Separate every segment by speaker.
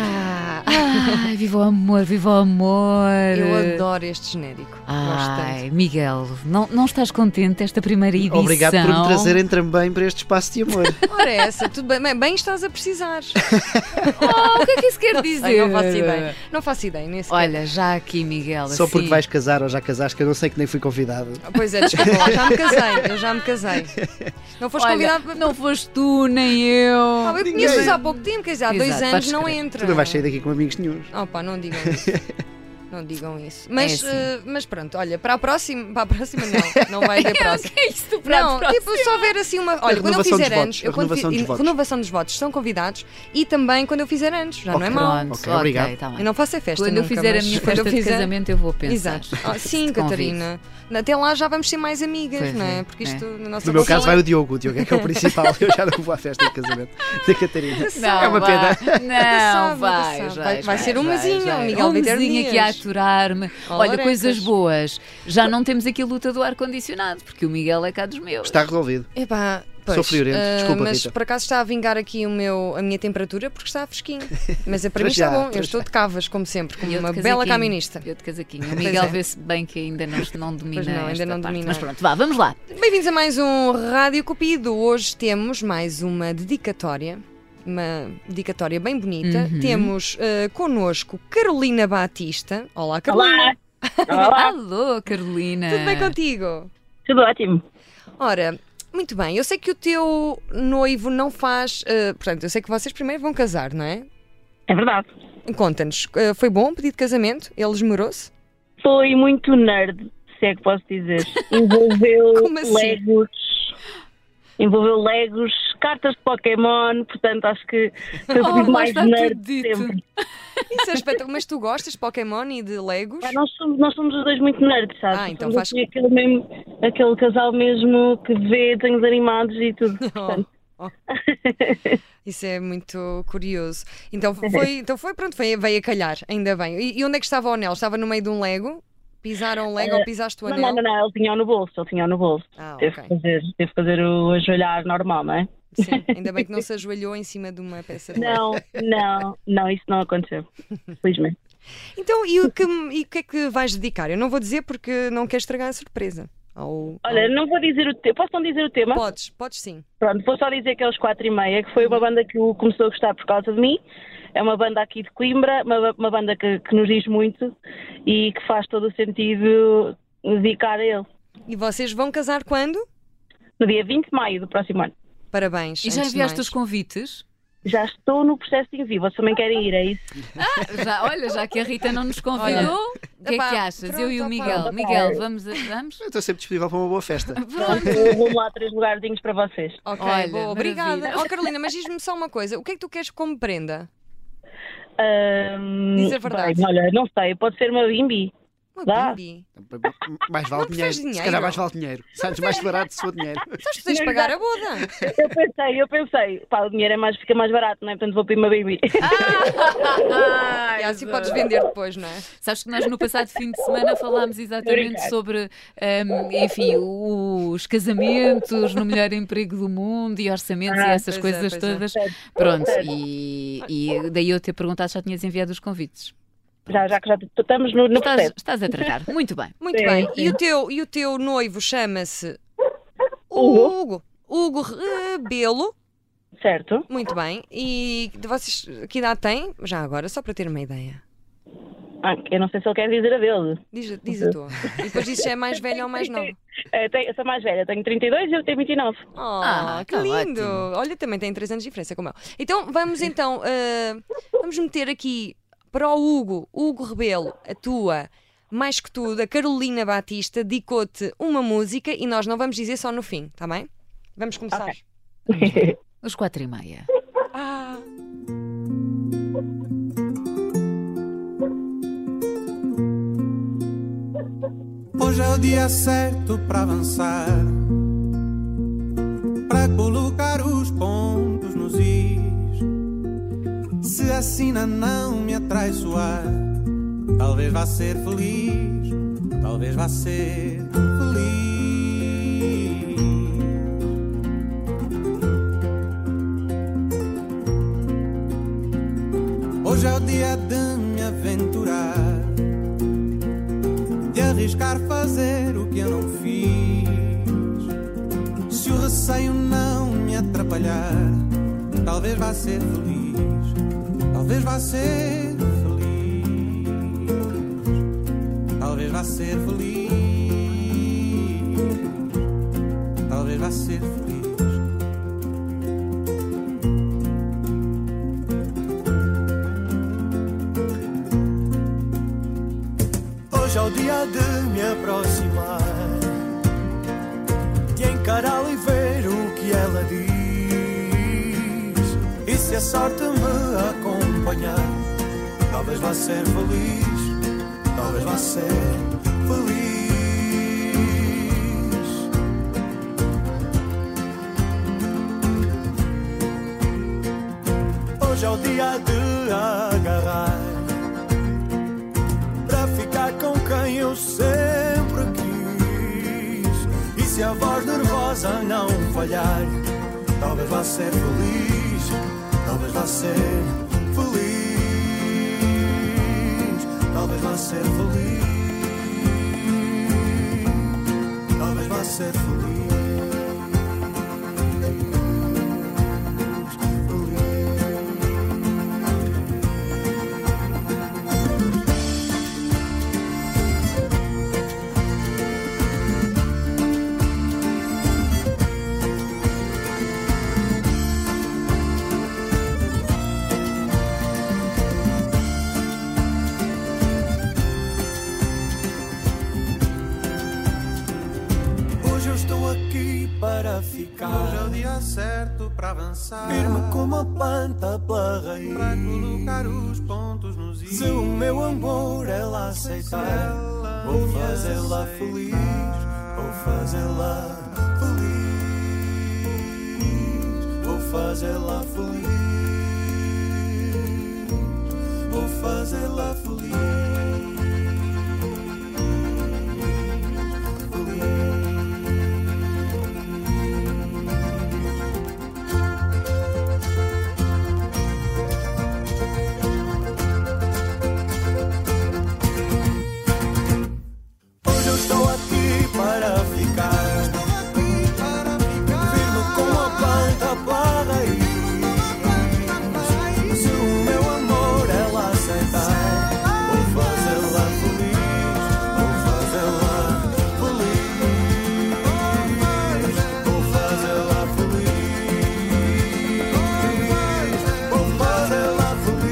Speaker 1: Ah. o amor, viva o amor!
Speaker 2: Eu adoro este genérico. Gosto tanto.
Speaker 1: Eh, Ai, Miguel, não, não estás contente esta primeira edição?
Speaker 3: Obrigado por me trazerem também para este espaço de amor.
Speaker 2: Ora, é essa, tudo bem, bem, bem estás a precisar.
Speaker 1: Oh, o que é que isso quer dizer?
Speaker 2: Ai, não faço ideia. Não faço ideia nesse
Speaker 1: Olha, já aqui, Miguel,
Speaker 3: Só porque
Speaker 1: assim,
Speaker 3: vais casar ou já casaste, que eu não sei que nem fui convidado.
Speaker 2: Pois é, desculpa lá, já me casei, eu já me casei. Não foste
Speaker 1: Olha,
Speaker 2: convidado para.
Speaker 1: não foste tu, nem eu.
Speaker 2: Ah, eu
Speaker 3: ninguém.
Speaker 2: conheço-os há pouco tempo, quer dizer, há dois
Speaker 1: Exato,
Speaker 2: anos
Speaker 1: podes
Speaker 2: não
Speaker 1: crer.
Speaker 2: entra.
Speaker 3: Tu não vais sair daqui com amigos nenhum.
Speaker 2: Oh pá, não digam isso. Não digam isso. Mas,
Speaker 1: assim.
Speaker 2: eh, mas pronto, olha, para a próxima, para a próxima não, não vai haver próxima.
Speaker 1: é isso do
Speaker 2: Não, tipo, se houver assim uma. Olha, quando eu
Speaker 3: renovação
Speaker 2: fizer
Speaker 3: dos
Speaker 2: anos.
Speaker 3: votos,
Speaker 2: eu
Speaker 3: a
Speaker 2: quando
Speaker 3: renovação
Speaker 2: fi-
Speaker 3: dos votos.
Speaker 2: renovação dos votos são convidados e também quando eu fizer anos, já não é
Speaker 3: Ok.
Speaker 2: mau.
Speaker 1: Pronto,
Speaker 3: Ok,
Speaker 1: ok,
Speaker 3: obrigado.
Speaker 1: tá bem.
Speaker 2: Eu não faço é festa.
Speaker 1: Quando eu
Speaker 2: nunca,
Speaker 1: fizer a
Speaker 2: mas
Speaker 1: minha
Speaker 2: quando
Speaker 1: festa
Speaker 2: eu
Speaker 1: de
Speaker 2: fizer-
Speaker 1: casamento, eu vou pensar.
Speaker 2: Exato. Ah, sim,
Speaker 1: Te convido.
Speaker 2: Catarina. Até lá já vamos ser mais amigas,
Speaker 1: Pois
Speaker 2: não é?
Speaker 1: é,
Speaker 2: Porque isto,
Speaker 1: é.
Speaker 2: na nossa
Speaker 3: No meu caso vai
Speaker 2: relação
Speaker 3: o Diogo, o Diogo é que é o principal, eu já não vou à festa de casamento da Catarina.
Speaker 1: Não,
Speaker 3: é uma
Speaker 1: vá.
Speaker 3: pena.
Speaker 1: Não,
Speaker 2: sabe, nunca
Speaker 1: vai,
Speaker 2: sabe.
Speaker 1: vai,
Speaker 2: Vai- vai ser um mesinho, o Miguel
Speaker 1: Um
Speaker 2: Viterbo
Speaker 1: mesinho
Speaker 2: Dias.
Speaker 1: aqui a aturar-me.
Speaker 2: Olha,
Speaker 1: Olha,
Speaker 2: Arecas.
Speaker 1: coisas boas. Já não temos aqui a luta do ar-condicionado, porque o Miguel é cá dos meus.
Speaker 3: Está resolvido.
Speaker 2: é- Epá,
Speaker 3: Sou
Speaker 2: pois,
Speaker 3: friorento,
Speaker 2: ah,
Speaker 3: desculpa,
Speaker 2: Mas
Speaker 3: Rita.
Speaker 2: por acaso está a vingar aqui o meu, a minha temperatura porque está fresquinho. Mas é para mim
Speaker 3: Para
Speaker 2: está
Speaker 3: já,
Speaker 2: bom.
Speaker 3: para
Speaker 2: Eu estou
Speaker 3: já.
Speaker 2: de cavas, como sempre,
Speaker 1: E
Speaker 2: como
Speaker 1: eu de
Speaker 2: uma
Speaker 1: casaquinho.
Speaker 2: bela caminista.
Speaker 1: Eu de casaquinho. O
Speaker 2: Pois
Speaker 1: Miguel
Speaker 2: é.
Speaker 1: vê-se bem que ainda não, não domina.
Speaker 2: Pois não, ainda
Speaker 1: esta
Speaker 2: não
Speaker 1: parte.
Speaker 2: dominei.
Speaker 1: Mas pronto, vá, vamos lá.
Speaker 2: Bem-vindos a mais um Rádio Cupido. Hoje temos mais uma dedicatória, uma dedicatória bem bonita.
Speaker 1: Uhum.
Speaker 2: Temos ah, connosco Carolina Batista. Olá, Carolina.
Speaker 4: Olá! Olá,
Speaker 1: Alô, Carolina.
Speaker 2: Tudo bem contigo?
Speaker 4: tudo ótimo.
Speaker 2: Ora, muito bem, eu sei que o teu noivo não faz. eh, portanto, eu sei que vocês primeiro vão casar, não é?
Speaker 4: É verdade.
Speaker 2: Conta-nos, eh, foi bom o pedido de casamento? Ele esmorou-se?
Speaker 4: Foi muito nerd, se é que posso dizer. Envolveu
Speaker 2: Como assim?
Speaker 4: Legos. Envolveu Legos, cartas de Pokémon, portanto acho que foi o
Speaker 1: Oh,
Speaker 4: pedido
Speaker 1: lá
Speaker 4: mais
Speaker 1: está
Speaker 4: nerd
Speaker 1: tudo
Speaker 4: de
Speaker 1: dito.
Speaker 4: sempre.
Speaker 2: Isso é espetacular. Mas tu gostas de Pokémon e de Legos?
Speaker 4: Ah, nós, somos, nós somos os dois muito nerds, sabe?
Speaker 2: Ah, então
Speaker 4: somos
Speaker 2: faz-
Speaker 4: assim aquele, mesmo, aquele casal mesmo que vê desenhos animados e tudo. Portanto,
Speaker 2: Oh, oh. Isso é muito curioso. Então foi, então foi pronto, foi, veio a calhar, ainda bem. E, e onde é que estava o anel? Estava no meio de um Lego? Pisaram um Lego ou pisaste o
Speaker 4: Eh, Não,
Speaker 2: anel?
Speaker 4: não, não, não, ele tinha no bolso, ele tinha no bolso.
Speaker 2: Ah,
Speaker 4: Teve que
Speaker 2: ok.
Speaker 4: fazer, teve que fazer o ajoelhar normal, não é?
Speaker 2: Sim, ainda bem que não se ajoelhou em cima de uma peça de Lego.
Speaker 4: Não, não, não, isso não aconteceu. Felizmente.
Speaker 2: Então, e o, que, e o que é que vais dedicar? Eu não vou dizer porque não quero estragar a surpresa. Ao,
Speaker 4: Olha, não vou dizer o tema. Posso não dizer o tema?
Speaker 2: ao... Podes, podes sim.
Speaker 4: Pronto, vou só dizer que é os 4 e meia, que foi uma banda que o começou a gostar por causa de mim. É uma banda aqui de Coimbra, uma, ba- uma banda que, que nos diz muito e que faz todo o sentido dedicar a ele.
Speaker 2: E vocês vão casar quando?
Speaker 4: No dia 20 de maio do próximo ano.
Speaker 2: Parabéns.
Speaker 1: E já
Speaker 2: antes de
Speaker 1: enviaste
Speaker 2: mais.
Speaker 1: os convites?
Speaker 4: Já estou no processo de envio, vocês também querem ir, é isso?
Speaker 1: Já, olha, já que a Rita não nos convidou, o que é que
Speaker 2: Epá,
Speaker 1: achas? Eu e o
Speaker 2: pronto,
Speaker 1: Miguel.
Speaker 4: opá.
Speaker 1: Miguel, vamos? a- vamos?
Speaker 3: Eu estou sempre disponível para uma boa festa.
Speaker 1: Pronto.
Speaker 4: Eu Vou lá três lugarzinhos para vocês.
Speaker 1: Olha,
Speaker 2: Ok, boa,
Speaker 1: maravilha.
Speaker 2: obrigada. Ó Carolina, mas diz-me só uma coisa: o que é que tu queres como prenda?
Speaker 4: Ahm,
Speaker 2: Diz a verdade.
Speaker 4: bem, olha, não sei, pode ser uma bimbi.
Speaker 2: Uma
Speaker 4: Dá.
Speaker 2: bimbi.
Speaker 3: Mais vale
Speaker 2: Não precisas de
Speaker 3: dinheiro. Se
Speaker 2: dinheiro.
Speaker 3: calhar mais vale dinheiro. Sabes mais barato se for dinheiro.
Speaker 2: Mas tu tens de pagar a boda.
Speaker 4: Eu pensei, eu pensei, pá, o dinheiro é mais, fica mais barato, não é? Portanto, vou pedir uma bimbi.
Speaker 2: E assim
Speaker 1: adoro.
Speaker 2: podes vender depois, não é?
Speaker 1: Sabes que nós no passado fim de semana falámos exatamente
Speaker 4: Obrigada.
Speaker 1: sobre, hum, enfim, os casamentos no melhor emprego do mundo e orçamentos e
Speaker 4: Ah,
Speaker 1: essas
Speaker 2: pois é,
Speaker 1: coisas
Speaker 2: pois é.
Speaker 1: todas. Pronto, e, e daí eu ter perguntado se já tinhas enviado os convites.
Speaker 4: Já, já que já estamos no, no
Speaker 1: Estás,
Speaker 4: processo.
Speaker 1: estás a tratar. Muito bem.
Speaker 2: Muito
Speaker 4: Sim,
Speaker 2: bem. E
Speaker 4: sim.
Speaker 2: o teu, e o teu noivo chama-se
Speaker 4: Hugo.
Speaker 2: Hugo. Hugo Rebelo.
Speaker 4: Certo?
Speaker 2: Muito bem. E vocês que idade têm? Já agora, só para ter uma ideia.
Speaker 4: Ah, eu não sei se ele quer dizer a dele.
Speaker 2: Diz, diz a tua. E depois diz se é mais velha ou mais nova.
Speaker 4: Eh, tem- eu sou mais velha, tenho 32 e eu tenho 29.
Speaker 2: Oh,
Speaker 1: Ah,
Speaker 2: que
Speaker 1: tá
Speaker 2: lindo!
Speaker 1: ótimo.
Speaker 2: Olha, também tem 3 anos de diferença como eu. Então, vamos então, ah, vamos meter aqui para o Hugo, Hugo Rebelo, a tua, mais que tudo, a Carolina Batista, dedicou-te uma música e nós não vamos dizer só no fim, tá bem? Vamos começar.
Speaker 4: Ok.
Speaker 1: Os quatro e meia.
Speaker 2: Ah,
Speaker 5: Hoje é o dia certo para avançar, para colocar os pontos nos is. Se a sina não me atraiçoar, talvez vá ser feliz, talvez vá ser feliz. Hoje é o dia de me aventurar. arriscar fazer o que eu não fiz. Se o receio não me atrapalhar, talvez vá ser feliz. Talvez vá ser feliz. Talvez vá ser feliz. Talvez vá ser feliz.
Speaker 6: Hoje é o dia de me aproximar, de encará-la e ver o que ela diz. E se a sorte me acompanhar, talvez vá ser feliz, talvez vá ser feliz. Hoje é o dia de agarrar para ficar com quem eu sempre quis. E se a voz nervosa não falhar, talvez vá ser feliz, talvez vá ser feliz, talvez vá ser feliz, talvez vá ser feliz. Hoje eu estou aqui
Speaker 5: Hoje
Speaker 6: para
Speaker 5: é o
Speaker 6: ficar.
Speaker 5: dia certo para avançar.
Speaker 6: Firme como a planta pela
Speaker 5: Para
Speaker 6: raiz.
Speaker 5: colocar os pontos nos is.
Speaker 6: Se o meu amor ela aceitar,
Speaker 5: ela
Speaker 6: vou
Speaker 5: me
Speaker 6: fazê-la
Speaker 5: aceitar.
Speaker 6: feliz, vou fazê-la feliz, vou fazê-la feliz, vou fazê-la feliz. feliz. Hoje eu estou aqui para ficar. Firme como a planta para raiz. Se o meu amor ela aceitar, vou fazê-la feliz. Vou fazê-la feliz. Vou fazê-la feliz. Vou fazê-la feliz. Feliz.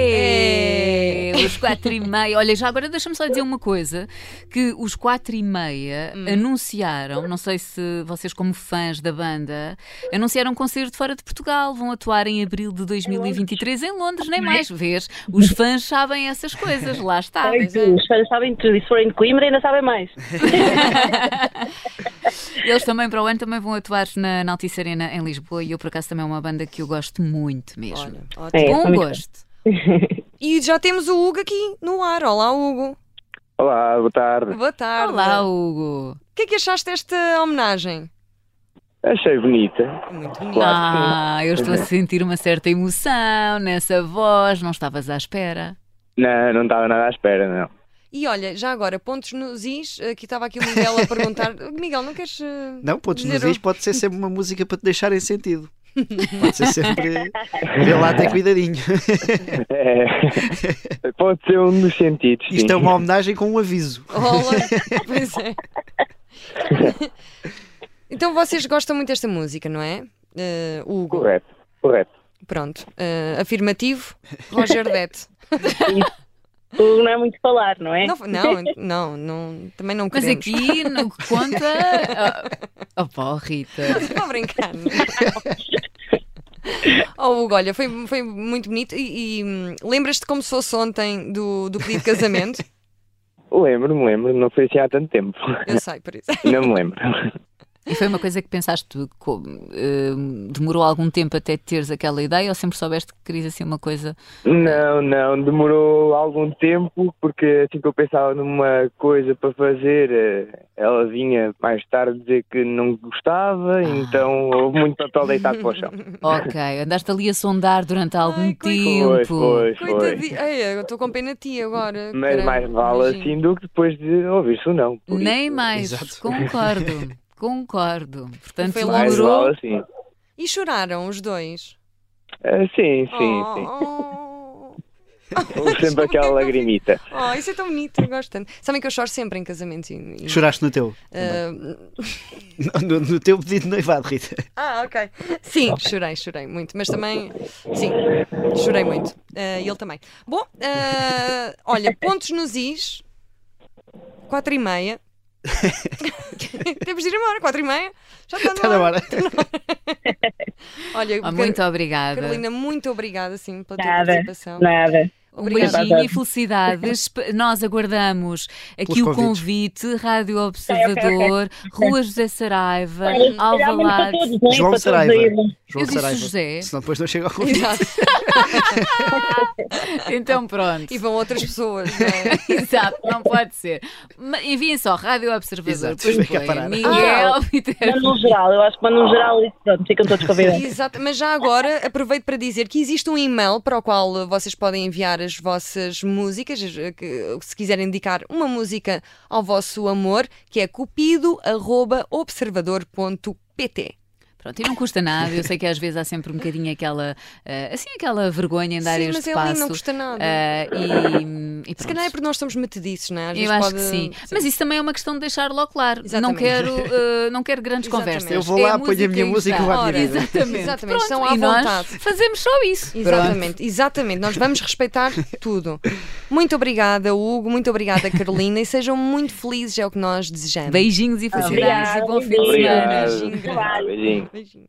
Speaker 1: É, Os quatro e meia. Olha, já agora deixa-me só dizer uma coisa: que os quatro e meia anunciaram, não sei se vocês, como fãs da banda, anunciaram um concerto fora de Portugal. Vão atuar em abril de 2023 em Londres, nem mais. Vês? Os fãs sabem essas coisas, lá está.
Speaker 4: Sabem tudo, Os fãs sabem tudo. E se forem de Coimbra, ainda sabem mais.
Speaker 1: Eles também, para o ano, também vão atuar na, na Altice Arena em Lisboa e eu, por acaso, também é uma banda que eu gosto muito mesmo.
Speaker 2: Olha, ótimo.
Speaker 4: É,
Speaker 1: Bom
Speaker 4: são muito
Speaker 1: gosto.
Speaker 2: E já temos o Hugo aqui no ar. Olá, Hugo.
Speaker 7: Olá, boa tarde.
Speaker 2: Boa tarde.
Speaker 1: Olá, Hugo.
Speaker 2: O que é que achaste desta homenagem?
Speaker 7: Achei bonita.
Speaker 2: Muito bonito.
Speaker 7: Claro.
Speaker 1: Ah, eu estou a sentir uma certa emoção nessa voz, não estavas à espera.
Speaker 7: Não, não estava nada à espera, não.
Speaker 2: E olha, já agora, pontos nos is, aqui estava aqui o Miguel a perguntar. Miguel, não queres. eh,
Speaker 3: Não, pontos nos
Speaker 2: Zero.
Speaker 3: is pode ser sempre uma música para te deixar em sentido. Pode ser sempre. Vê lá, tem cuidadinho.
Speaker 7: É, pode ser um dos sentidos. Sim.
Speaker 3: Isto é uma homenagem com um aviso.
Speaker 2: Olá. pois é. então vocês gostam muito desta música, não é? Eh, Hugo.
Speaker 7: Correto, correto.
Speaker 2: Pronto. Eh, afirmativo, Roger Dete.
Speaker 4: O não é muito falar, não é?
Speaker 2: Não, não, não, não, também não
Speaker 1: Mas
Speaker 2: queremos.
Speaker 1: aqui no que conta. Oh, pó, Rita.
Speaker 2: Estou a brincar. não. é? Oh, Hugo, olha, foi, foi muito bonito. E, e, hum, lembras-te como se fosse ontem do, do pedido de casamento?
Speaker 7: Lembro-me, lembro, não foi assim há tanto tempo.
Speaker 2: Eu sei, por isso.
Speaker 7: Não me lembro.
Speaker 1: E foi uma coisa que pensaste, tu, co- eh, demorou algum tempo até teres aquela ideia ou sempre soubeste que querias assim uma coisa?
Speaker 7: Não, não, demorou algum tempo, porque assim que eu pensava numa coisa para fazer, eh, ela vinha mais tarde dizer que não
Speaker 3: Ah.
Speaker 7: gostava, então houve muito papel deitado para o chão.
Speaker 1: Ok, andaste ali a sondar durante algum
Speaker 2: Ai, coitado.
Speaker 1: tempo.
Speaker 7: Pois, pois, pois.
Speaker 2: Coitadinho. Ai, eu estou com pena de ti agora.
Speaker 7: Mas mais vale
Speaker 2: sim
Speaker 7: assim do que depois de ouvir-se o não. por isso,
Speaker 1: Nem mais,
Speaker 3: Exato.
Speaker 1: concordo, concordo. Portanto,
Speaker 2: Foi demorou.
Speaker 7: Mais
Speaker 1: demorou.
Speaker 7: vale assim.
Speaker 2: E choraram os dois?
Speaker 7: Ah, sim, sim,
Speaker 2: Oh,
Speaker 7: sim.
Speaker 2: oh.
Speaker 7: Houve sempre aquela lagrimita.
Speaker 2: Oh, isso é tão bonito, eu gosto tanto. Sabem que eu choro sempre em casamentos. e- e-
Speaker 3: Choraste no teu.
Speaker 2: Ah,
Speaker 3: No, no teu pedido de noivado, Rita.
Speaker 2: ah, ok. Sim, chorei, chorei muito. Mas também, sim, chorei muito. Ah, e ele também. Bom, ah, olha, pontos nos is, 4 e meia. Temos de ir embora, 4 e meia. Já tá está
Speaker 3: Está Tá na hora.
Speaker 2: Olha,
Speaker 1: Ah,
Speaker 2: Car-
Speaker 1: muito obrigada.
Speaker 2: Carolina, muito obrigada sim, pela tua
Speaker 4: Nada.
Speaker 2: participação.
Speaker 4: é Nada.
Speaker 1: Um
Speaker 2: Obrigada.
Speaker 1: beijinho e felicidades. Espe- Nós aguardamos aqui
Speaker 3: Pelos
Speaker 1: o convite, Rádio
Speaker 4: Ok,
Speaker 1: Observador, Rua José Saraiva, Alvalade.
Speaker 4: é?
Speaker 3: João Saraiva.
Speaker 1: Eu disse José.
Speaker 3: Senão depois não chega ao convite.
Speaker 2: Exato.
Speaker 1: Então pronto.
Speaker 2: E vão outras pessoas, não é?
Speaker 1: Exato, não pode ser. Ma- Enviem só Rádio Observador,
Speaker 3: Exato,
Speaker 1: depois
Speaker 3: fica a
Speaker 1: põem
Speaker 3: parar.
Speaker 1: Miguel
Speaker 2: Ah,
Speaker 1: Viterbo.
Speaker 4: Manda um geral, eu acho que manda um geral e pronto, ficam todos
Speaker 1: É.
Speaker 4: convidados.
Speaker 2: Exato, mas já agora aproveito para dizer que existe um e-mail para o qual eh, vocês podem enviar as vossas músicas, as- eh, que- se quiserem dedicar uma música ao vosso amor, que é cupido.observador.pt.
Speaker 1: Pronto, e não custa nada. Eu sei que às vezes há sempre um bocadinho aquela, eh, assim, aquela vergonha em dar
Speaker 2: Sim,
Speaker 1: este
Speaker 2: mas é
Speaker 1: passo.
Speaker 2: ali, não custa nada.
Speaker 1: Eh, e, e
Speaker 2: Se
Speaker 1: pronto.
Speaker 2: calhar é porque nós somos metediços, não é? Às
Speaker 1: Eu
Speaker 2: vezes
Speaker 1: acho
Speaker 2: pode-
Speaker 1: que sim. Mas isso também é uma questão de deixar logo claro. Não
Speaker 2: Exatamente.
Speaker 1: quero, eh, não quero grandes
Speaker 2: Exatamente.
Speaker 1: conversas.
Speaker 2: Eu
Speaker 3: vou
Speaker 1: É
Speaker 3: lá, ponho a
Speaker 1: música
Speaker 3: minha
Speaker 1: e
Speaker 3: música e
Speaker 1: está.
Speaker 3: vou à
Speaker 2: Ora,
Speaker 3: direita.
Speaker 1: Exatamente.
Speaker 2: exatamente,
Speaker 1: Pronto,
Speaker 2: estão à
Speaker 1: e nós
Speaker 2: vontade.
Speaker 1: fazemos só isso.
Speaker 2: Exatamente, exatamente. Nós vamos respeitar tudo. Muito obrigada, Hugo. Muito obrigada, Carolina. E sejam muito felizes, é o que nós desejamos.
Speaker 1: Beijinhos e felicidades.
Speaker 4: Obrigada,
Speaker 1: e Bom fim de
Speaker 4: beijinhos.
Speaker 1: semana.
Speaker 7: Obrigado.
Speaker 2: Beijinho grande.
Speaker 7: Beijinho.
Speaker 2: Beijinho.